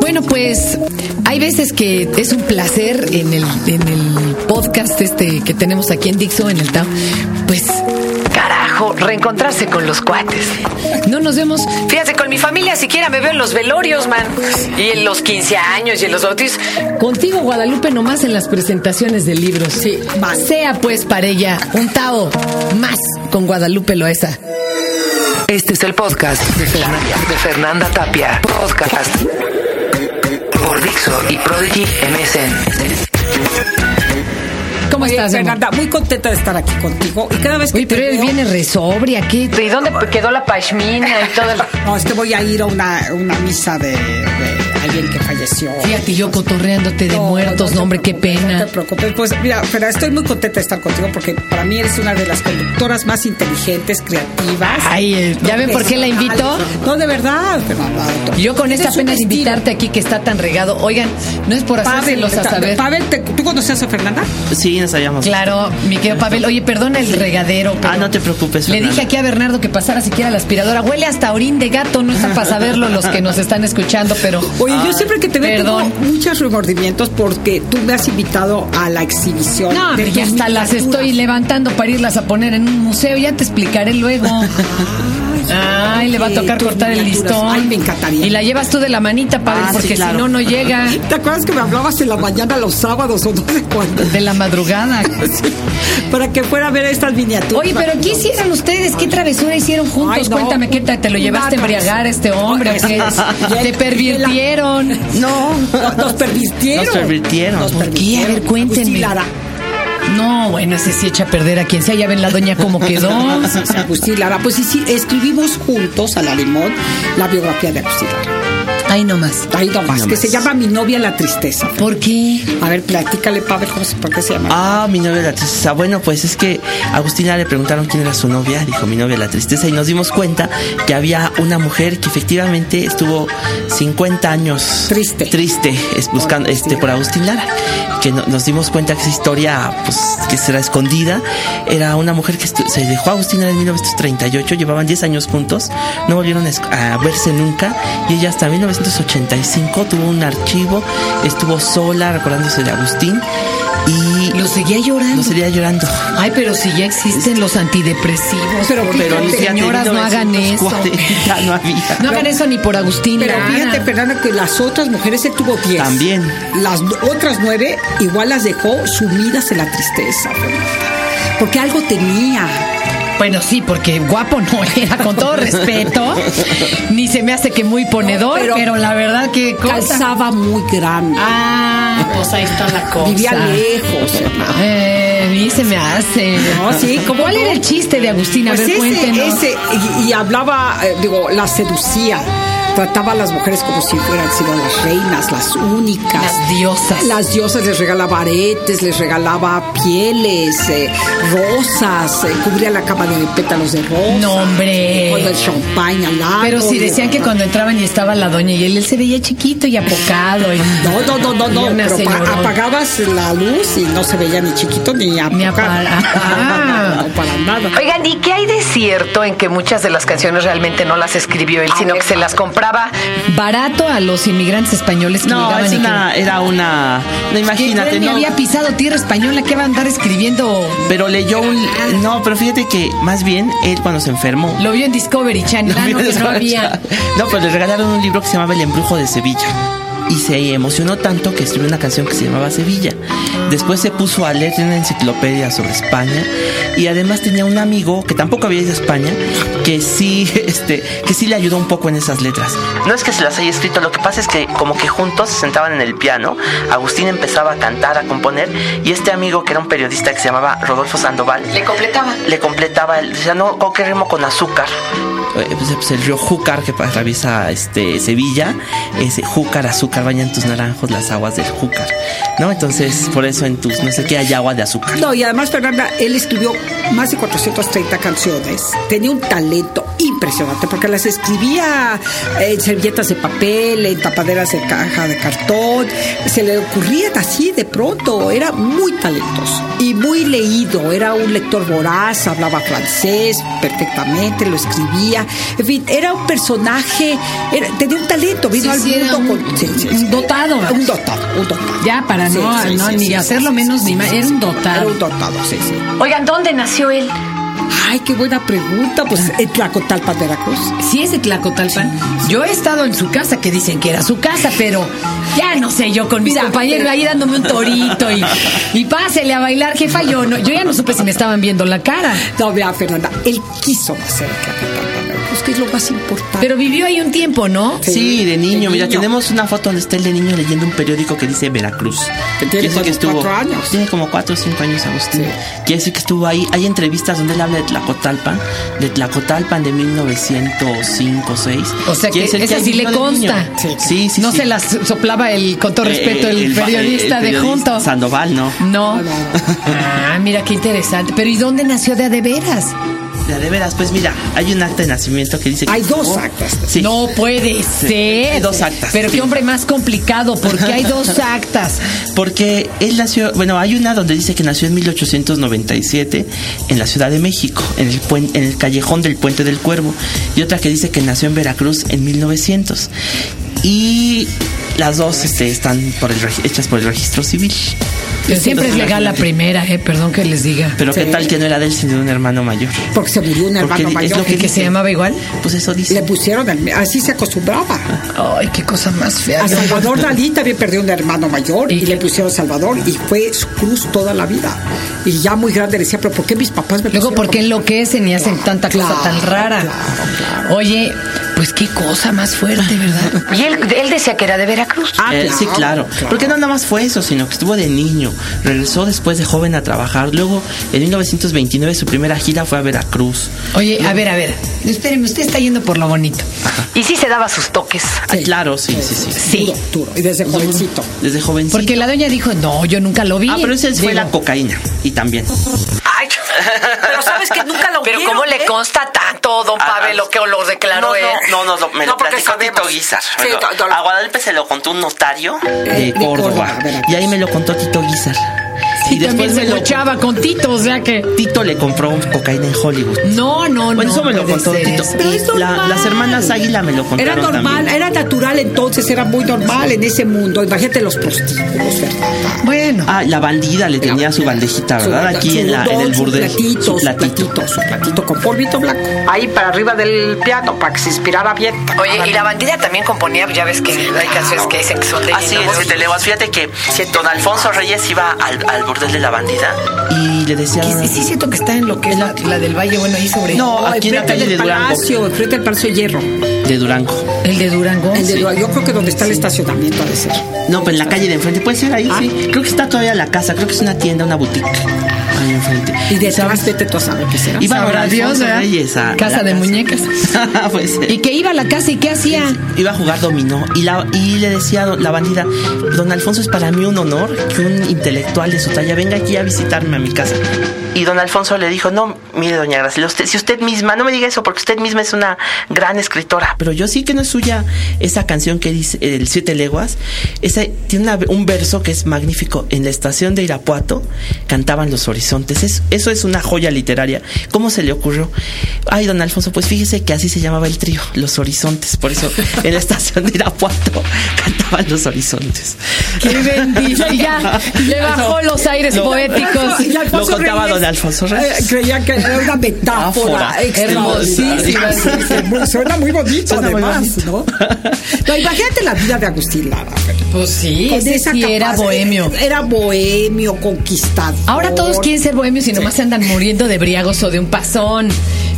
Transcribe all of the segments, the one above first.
Bueno, pues hay veces que es un placer en el, en el podcast este que tenemos aquí en Dixo, en el TAM, pues carajo, reencontrarse con los cuates. No nos vemos. Fíjate, con mi familia siquiera me veo en los velorios, man. Y en los 15 años y en los bautizos. Contigo, Guadalupe, nomás en las presentaciones de libros. Sí. Sea pues para ella un Tao más con Guadalupe Loesa. Este es el podcast de Fernanda, de Fernanda Tapia. Podcast por Dixo y Prodigy MSN. ¿Cómo Oye, estás, Emma? Fernanda, muy contenta de estar aquí contigo. Y cada vez que Uy, te pero él veo- viene resobria aquí. ¿Y dónde quedó la pashmina y todo el... No, es que voy a ir a una, una misa de, de alguien que falleció. Fíjate, yo cotorreándote de No, muertos, no te no, hombre, qué preocupes, No pena. te preocupes. Pues mira, Fernanda, estoy muy contenta de estar contigo porque para mí eres una de las conductoras más inteligentes, creativas. Ay, eh, ¿ya ven por qué la invito? No, de verdad, Fernanda. Yo con esta Eres un pena de estilo. invitarte aquí que está tan regado. Oigan, no es por Pavel, hacérselos a ta- saber. Pavel, te- ¿tú conocías a Fernanda? Sí, ensayamos. Claro, mi querido Pavel. Oye, perdona el regadero. pero Ah, no te preocupes, Le Fernanda. dije aquí a Bernardo que pasara siquiera la aspiradora. Huele hasta orín de gato. No está para saberlo los que nos están escuchando, pero. Oye, yo siempre que te veo Ah, Perdón. tengo muchos remordimientos porque tú me has invitado a la exhibición. No, de hombre, tus ya hasta las miniaturas. estoy levantando para irlas a poner en un museo. Ya te explicaré luego. Ay, le va a oye, tocar tus cortar el miniaturas. listón. Ay, me encantaría. Y la llevas tú de la manita, Pavel, Ah, sí, porque si claro. no, no llega. ¿Te acuerdas que me hablabas en la mañana los sábados o no sé cuándo? De la madrugada. Para que fuera a ver estas miniaturas. Oye, pero ¿qué hicieron ustedes? ¿Qué travesura hicieron juntos? Ay, no. Cuéntame, ¿qué te, te lo llevaste a Nada. embriagar a este hombre? o qué? Ya- ¿Te pervirtieron? No, no- nos pervirtieron. Nos pervirtieron. Nos ¿Por qué? pervirtieron. A ver, cuéntenme. Agustín Lara. No, bueno, ese sí echa a perder a quien sea. Ya ven la doña cómo quedó. O sea, Agustín Lara. Pues sí, sí, escribimos juntos a la limón la biografía de Agustín Lara. Ay, no más. Ahí nomás, que se llama Mi novia la tristeza. ¿Por qué? A ver, platícale, Pavel, ¿cómo se- ¿por qué se llama? Ah, mi novia la tristeza. Bueno, pues es que a Agustina le preguntaron quién era su novia, dijo mi novia la tristeza, y nos dimos cuenta que había una mujer que efectivamente estuvo 50 años Triste. triste, es, buscando Por este por Agustín Lara, que no- nos dimos cuenta que esa historia, pues que será escondida, era una mujer que estu- se dejó a Agustín Lara en 1938, llevaban 10 años juntos, no volvieron a, esc- a verse nunca, y ella hasta 1985 tuvo un archivo, estuvo sola recordándose de Agustín. Y Lo seguía llorando. no sería llorando. Ay, pero si ya existen los antidepresivos. Pero, pero, Fíjate, fíjate, señoras, no hagan eso. 1940 no había. No hagan eso ni por Agustín. Pero Lara. fíjate, Fernanda, que las otras mujeres se tuvo 10. También. Las n- otras nueve igual las dejó sumidas en la tristeza, Fernanda. Porque algo tenía. Bueno, sí, porque guapo no era, con todo respeto. Ni se me hace que muy ponedor, pero, No, pero- la verdad que cosa. Calzaba muy grande. Ah, pues ahí está la cosa. Vivía lejos, hermano. Eh, ni se me hace. No, sí, ¿cómo ¿Cuál no? era el chiste de Agustín? A Pues ver, ese, cuéntenos. ese, y, y hablaba, eh, digo, las seducía. Trataba a las mujeres como si fueran sido las reinas, las únicas. Las diosas. Las diosas les regalaba aretes, les regalaba pieles, eh, rosas, eh, cubría la cama de pétalos de rosa. eh, No, Con el hombre. champagne al árbol. Pero si decían que cuando entraban y estaba la doña y él, él se veía chiquito y apocado. y- No, no, no, no, y no. una Pero pa- señorona. apagabas la luz y no se veía ni chiquito ni apagado. Ni apa- Ah. No, no, no, para nada. Oigan, ¿y qué hay de cierto en que muchas de las canciones realmente no las escribió él, sino que se las compraba? Barato a los inmigrantes españoles que No, llegaban es y que- una, era una. No, que imagínate, Fran ni no. había pisado tierra española, ¿qué va a andar escribiendo? Pero leyó un. No, pero fíjate que más bien él cuando se enfermó. Lo vio en Discovery Channel, ah, no, que no había. No, pero le regalaron un libro que se llamaba El Embrujo de Sevilla. Y se emocionó tanto que escribió una canción que se llamaba Sevilla. Después se puso a leer una enciclopedia sobre España. Y además tenía un amigo que tampoco había ido a España, que sí, este, que sí le ayudó un poco en esas letras. No es que se las haya escrito, lo que pasa es que como que juntos se sentaban en el piano, Agustín empezaba a cantar, a componer, y este amigo que era un periodista que se llamaba Rodolfo Sandoval Le completaba. le completaba el, decía, no, ¿con qué rimo con azúcar? Eh, pues, pues, el río Júcar que atraviesa este, Sevilla, ese Júcar, azúcar, bañan tus naranjos las aguas del Júcar, ¿no? Entonces, por eso en tus, no sé qué, hay agua de azúcar. No, y además, Fernanda, él escribió más de 430 canciones. Tenía un talento impresionante porque las escribía en servilletas de papel, en tapaderas de caja de cartón. Se le ocurría así de pronto. Era muy talentoso y muy leído. Era un lector voraz, hablaba francés perfectamente, lo escribía. En fin, era un personaje, era, tenía un talento. Vino Sí, al sí, era mundo un- con. sí, sí, un sí. dotado. Un dotado, un dotado. Ya, para Sí, no, sí, no sí, ni sí, hacerlo sí, menos ni sí, más. sí, era sí. un dotado. Era un dotado, sí, sí. Oigan, ¿dónde nació él? Ay, qué buena pregunta. Pues en Tlacotalpan, Veracruz. Sí, es de Tlacotalpan. Yo he estado en su casa, que dicen que era su casa, pero ya no sé, yo con mis Mira, compañeros pero- ahí dándome un torito y, y pásele a bailar, jefa. Yo, no, yo ya no supe si me estaban viendo la cara. No, vea, Fernanda, él quiso nacer en Tlacotalpan, Veracruz, que es lo más importante. Pero vivió ahí un tiempo, ¿no? Sí, de niño. de Mira, niño. tenemos una foto donde está el de niño leyendo un periódico que dice Veracruz. Que tiene Quiere decir como cuatro años. Tiene como cuatro o cinco años, Agustín. Sí. Quiere decir que estuvo ahí. Hay entrevistas donde él habla de Tlacotalpan, de Tlacotalpan de 1905 6. O sea que esa sí le consta. Sí, sí, sí. No sí. se las soplaba el, con todo Eh, respeto, el, el va- periodista el de periodista junto. Sandoval, no. No. No, no. Ah, mira qué interesante. Pero ¿y dónde nació de a de veras? La de veras, pues mira, hay un acta de nacimiento que dice que. Hay dos estuvo- actas. Sí. No puede ser. Hay dos actas. Pero Sí. qué hombre más complicado, porque hay dos actas. Porque él nació, bueno, hay una donde dice que nació en 1897 en la Ciudad de México, en el, puen- en el callejón del Puente del Cuervo, y otra que dice que nació en Veracruz en 1900. Y las dos este, están por el, reg- hechas por el registro civil. Siempre es legal la primera, eh, perdón que les diga. Pero qué Sí. tal que no era de él, sino de un hermano mayor. Porque se murió un Porque hermano es mayor. lo que ¿El que se llamaba igual? Pues eso Le dice. pusieron, el- así se acostumbraba. Ay, qué cosa más fea. A Salvador Dalí también perdió un hermano mayor y ¿Y le qué? pusieron Salvador y fue su cruz toda la vida. Y ya muy grande le decía, pero ¿por qué mis papás me Luego, pusieron ¿por qué como- enloquecen y hacen Claro, tanta cosa claro, tan rara? claro, Oye, pues qué cosa más fuerte, ¿verdad? Y él, él decía que era de Veracruz. Ah, Eh, sí, claro. Porque no nada más fue eso, sino que estuvo de niño. Regresó después de joven a trabajar. Luego, en 1929, su primera gira fue a Veracruz. Oye, a ver, a ver. Espérenme, usted está yendo por lo bonito. Y sí se daba sus toques. Ah, claro, sí, sí, sí. Sí. Duro, duro. Y desde jovencito. Desde jovencito. Porque la doña dijo, no, yo nunca lo vi. Ah, pero ese Digo, fue la cocaína. Y también. Ay, pero sabes que nunca lo Pero ¿cómo le consta tanto, don Pablo, que lo declaró él? Ah, no, no, me No, porque sabemos. Sí, no, no. A Guadalupe se lo contó un notario de de Córdoba, Córdoba. Veracruz. Y ahí me lo contó Tito Guizar. Y, también se luchaba con Tito, o sea que. Tito le compró cocaína en Hollywood. No, no, no. Bueno, eso me lo puede contó ser Tito. eso. Pero es Y la- normal. las hermanas Águila me lo Era contaron normal, también. era natural entonces, era muy normal en ese mundo. Imagínate los prostíbulos, ¿verdad? Bueno. Ah, la bandida le tenía su bandejita, ¿verdad? Su- Aquí su en, la- en udon, el burdel. Su platito, Su su platito, su platito, con polvito blanco. Ahí para arriba del piano, para que se inspirara bien. Oye, y la bandida también componía, ya ves que hay canciones que dicen que son de Así es, siete leguas. Fíjate que don Alfonso Reyes iba al, al burdel de la bandida y le decía. Sí, sí, siento que está en lo que es la, la del Valle, bueno, ahí sobre. No, aquí en la enfrente calle de del Durango. palacio, enfrente del Palacio de Hierro. De Durango. El de Durango. El de Durango, yo creo que donde está el estacionamiento ha de ser. No, pero en la calle de enfrente. Puede ser ahí, sí. Creo que está todavía la casa. Creo que es una tienda, una boutique. Ahí enfrente. Y detrás vete tú a saber qué será. Iba Sabrá a Dios, ¿verdad? Casa de muñecas. pues, Y que iba a la casa y qué hacía. iba a jugar dominó. Y, la, y le decía a don- la bandida, don Alfonso, es para mí un honor que un intelectual de su talla venga aquí a visitarme a mi casa. Y don Alfonso le dijo, no, mire, doña Graciela, usted, si usted misma, no me diga eso, porque usted misma es una gran escritora. Pero yo sí que no es suya esa canción que dice, eh, el Siete Leguas. Esa, tiene una- un verso que es magnífico. En la estación de Irapuato cantaban los horizontes. Es- eso es una joya literaria. ¿Cómo se le ocurrió? Ay, don Alfonso, pues fíjese que así se llamaba el trío, Los Horizontes. Por eso en la estación de Irapuato cantaban Los Horizontes. Qué bendito. Y ya le bajó los aires No. poéticos. Y Alfonso Lo contaba don Alfonso Reyes. eh, creía que era una metáfora Áfora. extraordinaria. Hermosísima. Sí, sí, sí. Suena muy bonito, Suena muy además, bonito. ¿no? ¿no? Imagínate la vida de Agustín Lara. Pues sí, Con ese esa sí era capacidad- bohemio. Era bohemio, conquistador. Ahora todos quieren ser bohemios y nomás se andan muriendo de briagos o de un pasón.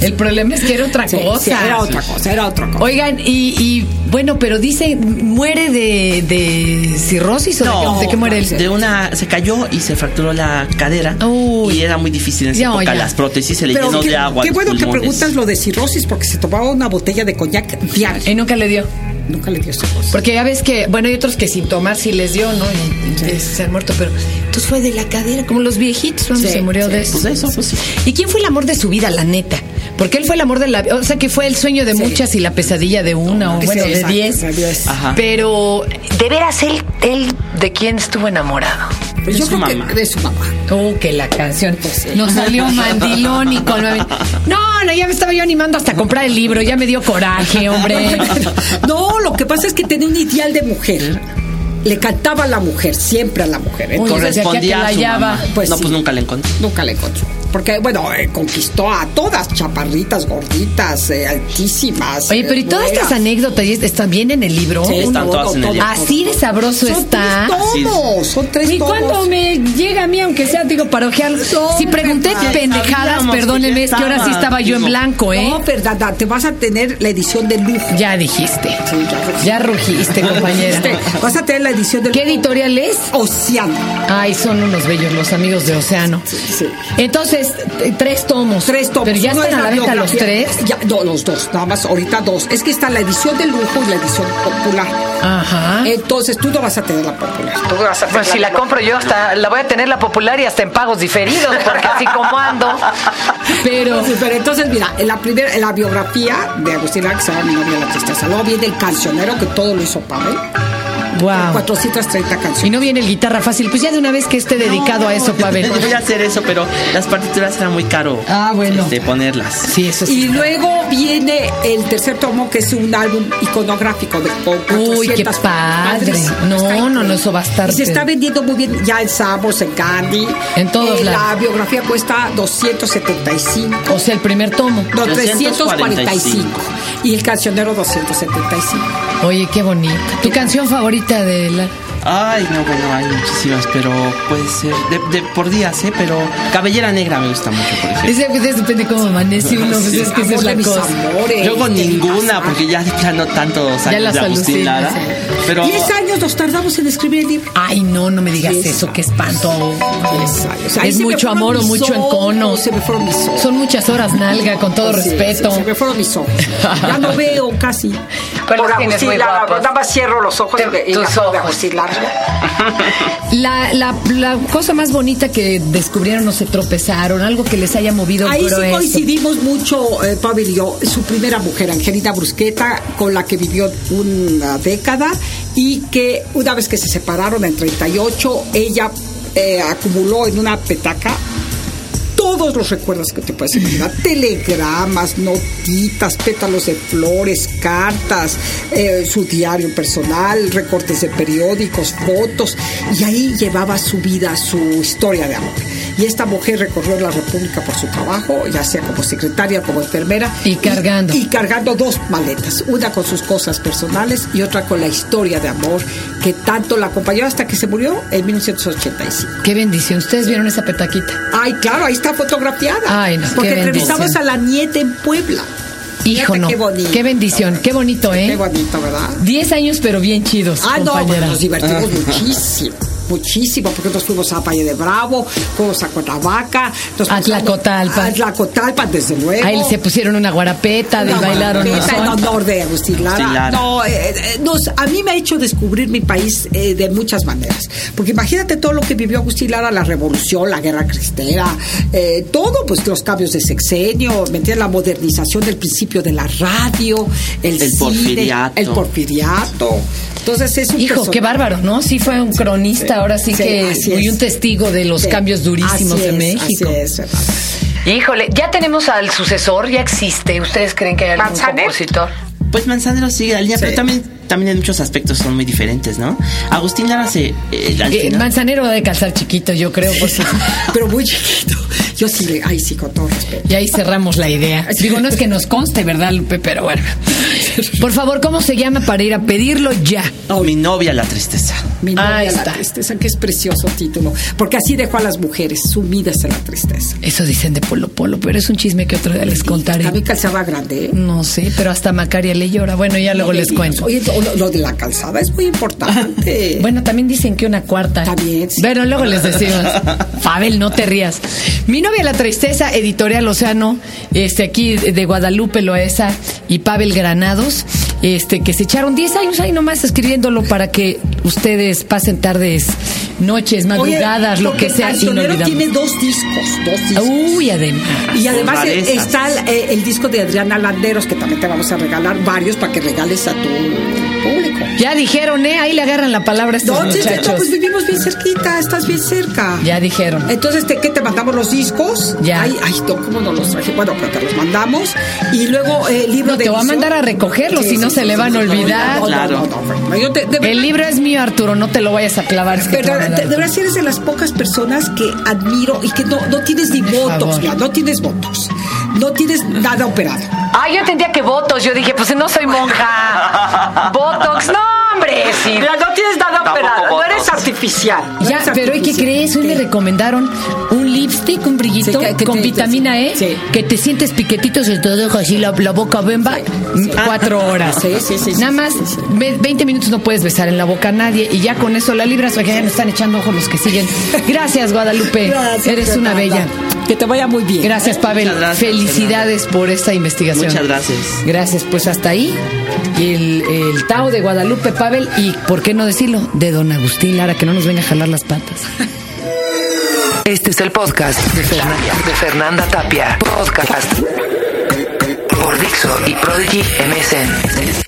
El problema es que era otra Sí, sí, cosa. era otra cosa, era otra cosa. Oigan, y, y, bueno, pero dice, muere de, de cirrosis o de- No, de, qué muere él. de una se cayó y se fracturó la cadera Uy. y era muy difícil en esa Ya, época ya. las prótesis se le Pero llenó qué, de agua qué los bueno que pulmones. preguntas lo de cirrosis porque se tomaba una botella de coñac diario. Y nunca le dio. Nunca le dio cirrosis. Porque ya ves que, bueno, hay otros que sin tomar sí les dio, ¿no? Y, y se han muerto, pero entonces fue de la cadera, como los viejitos cuando Sí, se murió sí, de eso. Pues eso, pues sí. ¿Y quién fue el amor de su vida, la neta? Porque él fue el amor de la... O sea, que fue el sueño de muchas y la pesadilla de una, o que bueno, sí, de exacto, diez. de diez. Ajá. Pero, de veras, él, él, ¿de quién estuvo enamorado? Pues De yo creo su mamá. Pues que de su mamá. Oh, que la canción. Nos salió mandilón y con... No, no, ya me estaba yo animando hasta comprar el libro. Ya me dio coraje, hombre. No, lo que pasa es que tenía un ideal de mujer. Le cantaba a la mujer, siempre a la mujer. Uy, Entonces, desde aquí a que Correspondía la a su hallaba. mamá. Pues no, sí. pues nunca la encontré. nunca la encontró. Porque, bueno, eh, conquistó a todas, chaparritas, gorditas, eh, altísimas. Oye, pero ¿y eh, todas güeras. estas anécdotas y est- están bien en el libro? Sí, Están todo, todas en el todo. libro. Así de sabroso Son está. tres tomos, Sí. son tres Y tomos. cuando me llega a mí, aunque sea, digo, para ojear. Si pregunté verdad. pendejadas, Sabíamos que perdónenme, ya es que ahora sí estaba, estaba yo en digo. blanco, ¿eh? No, verdad, te vas a tener la edición de lujo. Ya dijiste. Sí, Ya ya rugiste. rugiste, compañera. Este, Vas a tener la edición del ¿Qué editorial es? Oceano. Ay, son unos bellos los amigos de Océano. sí. Entonces, t- tres tomos. Tres tomos. Pero ya Uno están es a la venta los biografía. tres. Ya, no, los dos, nada más, ahorita dos. Es que está la edición de lujo y la edición popular. Ah. Ajá. Entonces tú no vas a tener la popular. Pues si la compro yo hasta la voy a tener la popular y hasta en pagos diferidos, porque así como ando. Pero Sí, pero entonces, mira, en la primera, en la biografía de Agustín Lara, que se llama Mi novia la tristeza, luego viene el cancionero que todo lo hizo Pavel, wow. 430 Y canciones. no viene el guitarra fácil, pues ya de una vez que esté dedicado a eso, Pavel. Yo voy a hacer eso, pero las partituras eran muy caro. Ah, bueno. De ponerlas. Sí, eso Y sí. luego viene el tercer tomo, que es un álbum iconográfico de con Uy, qué 400 padre. padres. No, Está no, no, increíble. eso va a estar- Y se está vendiendo muy bien ya en Samos, en Gandhi. En todos Eh, La lados. biografía cuesta 275. O sea, el primer tomo. No, 345. 345. Y el cancionero 275. Oye, qué bonito. ¿Tu canción favorita de la... Ay, no, bueno, hay muchísimas, pero puede ser. De, de- por días, ¿eh? Pero Cabellera Negra me gusta mucho, por ejemplo. Ese, pues, depende cómo amanece uno, pues es que esa es Amor de la mis cosa. amores. Yo con ¿Qué pasa? ninguna, porque ya, Este, ah. ya no tantos Ya años las de Agustín alucinas, Lara. sí. Pero. Diez años nos tardamos en escribir el libro. Ay, no, no me digas eso, qué espanto. O sea, ahí Es se me mucho fueron amor o mis mucho ojos, encono. Se me fueron mis ojos. Son muchas horas nalga, con todo Sí, respeto. sí, Se me fueron mis ojos. Ya no veo casi. Pero los tienes Agustín muy Lara, guapos. Nada más cierro los ojos Te- y me- y tus me acuerdo de ojos. Agustín Lara. La, la, la cosa más bonita que descubrieron o se tropezaron, algo que les haya movido Ahí sí grueso. coincidimos mucho, eh, Pavel y yo. Su primera mujer, Angelita Brusqueta, con la que vivió una década y que una vez que se separaron en 38, ella eh, acumuló en una petaca todos los recuerdos que te puedes imaginar. Telegramas, notitas, pétalos de flores, cartas, eh, su diario personal, recortes de periódicos, fotos. Y ahí llevaba su vida, su historia de amor. Y esta mujer recorrió la República por su trabajo, ya sea como secretaria, como enfermera. Y cargando. Y, y cargando dos maletas, una con sus cosas personales y otra con la historia de amor que tanto la acompañó hasta que se murió en 1985. Qué bendición. Ustedes vieron esa petaquita. Ay, claro, ahí está fotografiada. Ay, no, Porque qué entrevistamos bendición. a la nieta en Puebla. Hijo, Fíjate no. Qué bonito. bendición, qué bonito, Qué ¿eh? bonito, ¿verdad? Diez años, pero bien chidos, Ah, no, bueno, compañera. nos divertimos muchísimo. Muchísimo, porque nos fuimos a Valle de Bravo, fuimos a Cuernavaca, nos A pasamos- Tlacotalpan. A Tlacotalpan, desde luego. Ahí se pusieron una guarapeta, Ah, de Una bailaron banqueta un en son. honor de Agustín Lara. Agustín Lara. No, eh, eh, nos- a mí me ha hecho descubrir mi país eh, de muchas maneras. Porque imagínate todo lo que vivió Agustín Lara, la revolución, la guerra cristera, eh, todo, pues los cambios de sexenio, ¿me entiendes? la modernización del principio de la radio, el, El cine, porfiriato. el porfiriato. Entonces es un Hijo, qué personaje. bárbaro, ¿no? Sí fue un cronista, ahora sí, Sí, que así y es. un testigo de los Sí. cambios durísimos Así de es, México. así es, ¿verdad? Híjole, ya tenemos al sucesor, ya existe. ¿Ustedes creen que hay algún ¿Manzanet? compositor? Pues Manzanero sigue la línea, pero también, también en muchos aspectos son muy diferentes, ¿no? Agustín Lara se. eh, al Eh, final- Manzanero ha de calzar chiquito, yo creo, por su- Pero muy chiquito. Yo sí, le- ay, sí, con todo respeto. Y ahí cerramos la idea. Digo, no es que nos conste, ¿verdad, Lupe? Pero bueno. Por favor, ¿cómo se llama para ir a pedirlo ya? Mi novia, la tristeza. Mi novia Ahí la está. tristeza, que es precioso título, porque así dejó a las mujeres sumidas en la tristeza. Eso dicen de Polo Polo, pero es un chisme que otro día les contaré. También calzaba grande. ¿eh? No sé, pero hasta Macaria le llora. Bueno, ya luego les cuento. Oye, oye, lo, lo de la calzada es muy importante. Bueno, también dicen que una cuarta. Está bien, sí. Bueno, luego les decimos. Fabel, no te rías. Mi novia La Tristeza, editorial Océano, este, aquí de Guadalupe Loesa y Pavel Granados, este, que se echaron 10 años ahí nomás escribiéndolo para que ustedes pasen tardes, noches, madrugadas, Oye, lo que porque sea. Cancionero inolvidable. tiene dos discos, dos discos. Uy, además. Y además Varias. eh, está el, eh, el disco de Adriana Landeros, que también te vamos a regalar varios para que regales a tu público. Ya dijeron, ¿eh? Ahí le agarran la palabra a estos Entonces, no, muchachos. pues eh, vivimos bien cerquita, estás bien cerca. Ya dijeron. Entonces, ¿te, ¿qué te mandamos los discos? Ya. Ay, ay, no, ¿cómo no los traje? Bueno, pero te los mandamos. Y luego eh, el libro No, de. te voy a edición. mandar a recogerlos, si no se le van a olvidar. No, no, Claro. no, no, Fernanda, yo te- de verdad- El libro es mío, Arturo, no te lo vayas a clavar. Es que te Pero van a de, dar- de verdad, si eres de las pocas personas que admiro y que no, no tienes ni votos, favor. mira, no tienes votos, no tienes nada operado. Ah, yo entendía que votos. Yo dije, pues no soy monja. Botox, no, hombre. Sí. Mira, no tienes nada Tampoco operado, no votos. eres artificial. no Ya, eres pero ¿y qué artificial. crees? Hoy me recomendaron un lipstick, un brillito Sí, que- que con te- vitamina sí, E, sí. que te sientes piquetitos y te deja así la, la boca bemba mm, cuatro horas. Sí, sí, sí, Nada sí, más, sí, sí. ve- 20 minutos no puedes besar en la boca a nadie y ya con eso la libras. Oiga, ya nos están echando ojo los que siguen. Gracias, Guadalupe. Gracias, Eres una Fernanda. bella. Que te vaya muy bien. Gracias, Pavel. Muchas gracias, Felicidades por esta investigación. Muchas gracias. Gracias, pues hasta ahí. El, el Tao de Guadalupe Pavel y, ¿por qué no decirlo? De don Agustín Lara, que no nos venga a jalar las patas. Este es el podcast de Fernanda, de Fernanda Tapia. Podcast por Dixo y Prodigy MSN.